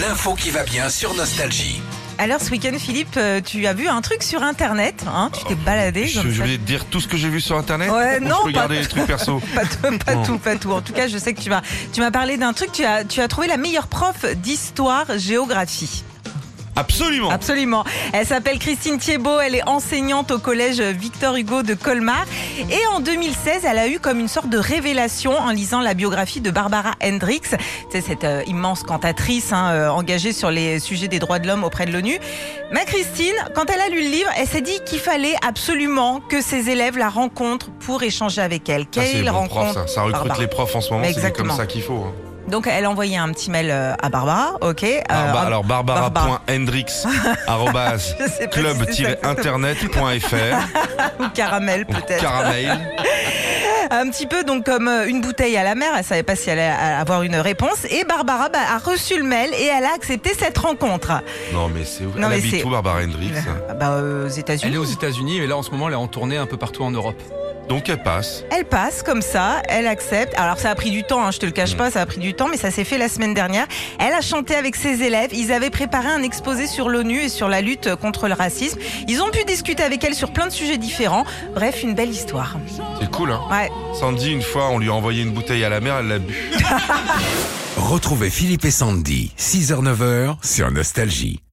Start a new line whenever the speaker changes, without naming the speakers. L'info qui va bien sur Nostalgie.
Alors ce week-end, Philippe, euh, tu as vu un truc sur Internet, hein Tu t'es baladé
Je,
comme
je
ça.
voulais te dire tout ce que j'ai vu sur internet.
Ouais,
Ou
non,
Je peux
pas-
garder les trucs perso.
Pas, tout, pas
Bon.
tout, pas tout. En tout cas, je sais que tu m'as, tu m'as parlé d'un truc. Tu as, tu as trouvé la meilleure prof d'histoire-géographie.
Absolument.
Ah, Absolument. Elle s'appelle Christine Thiebaud. Elle est enseignante au collège Victor Hugo de Colmar. Et en 2016, elle a eu comme une sorte de révélation en lisant la biographie de Barbara Hendricks. C'est cette euh, immense cantatrice hein, euh, engagée sur les sujets des droits de l'homme auprès de l'ONU. Ma Christine, quand elle a lu le livre, elle s'est dit qu'il fallait absolument que ses élèves la rencontrent pour échanger avec elle.
Ça, Ah, c'est
Quelle
les bons
rencontre
profs, ça. Ça recrute
Barbara.
les profs en ce moment.
Mais
C'est comme
exactement.
ça qu'il faut. hein.
Donc elle a envoyé un petit mail euh, à Barbara, ok euh,
Barba-
un-
alors
Barbara.
barbara.hendrix
je sais pas si c'est ça
club-internet.fr
ou caramel peut-être.
caramel
un petit peu donc comme euh, une bouteille à la mer. Elle savait pas si elle allait euh, avoir une réponse. Et Barbara bah, a reçu le mail et elle a accepté cette rencontre.
non mais c'est
mais
elle habite
c'est-
où Barbara Hendrix
Ah Bah, euh, aux États-Unis.
Elle est aux États-Unis, mais là en ce moment, elle est en tournée un peu partout en Europe.
donc elle passe
Elle passe comme ça, elle accepte. Alors ça a pris du temps, hein, je te le cache pas, ça a pris du temps, mais ça s'est fait la semaine dernière. Elle a chanté avec ses élèves. Ils avaient préparé un exposé sur l'ONU et sur la lutte contre le racisme. Ils ont pu discuter avec elle sur plein de sujets différents. Bref, une belle histoire.
c'est cool hein
Ouais.
Sandy une fois on lui a envoyé une bouteille à la mer elle l'a bu
Retrouvez Philippe et Sandy, 6h-9h sur Nostalgie.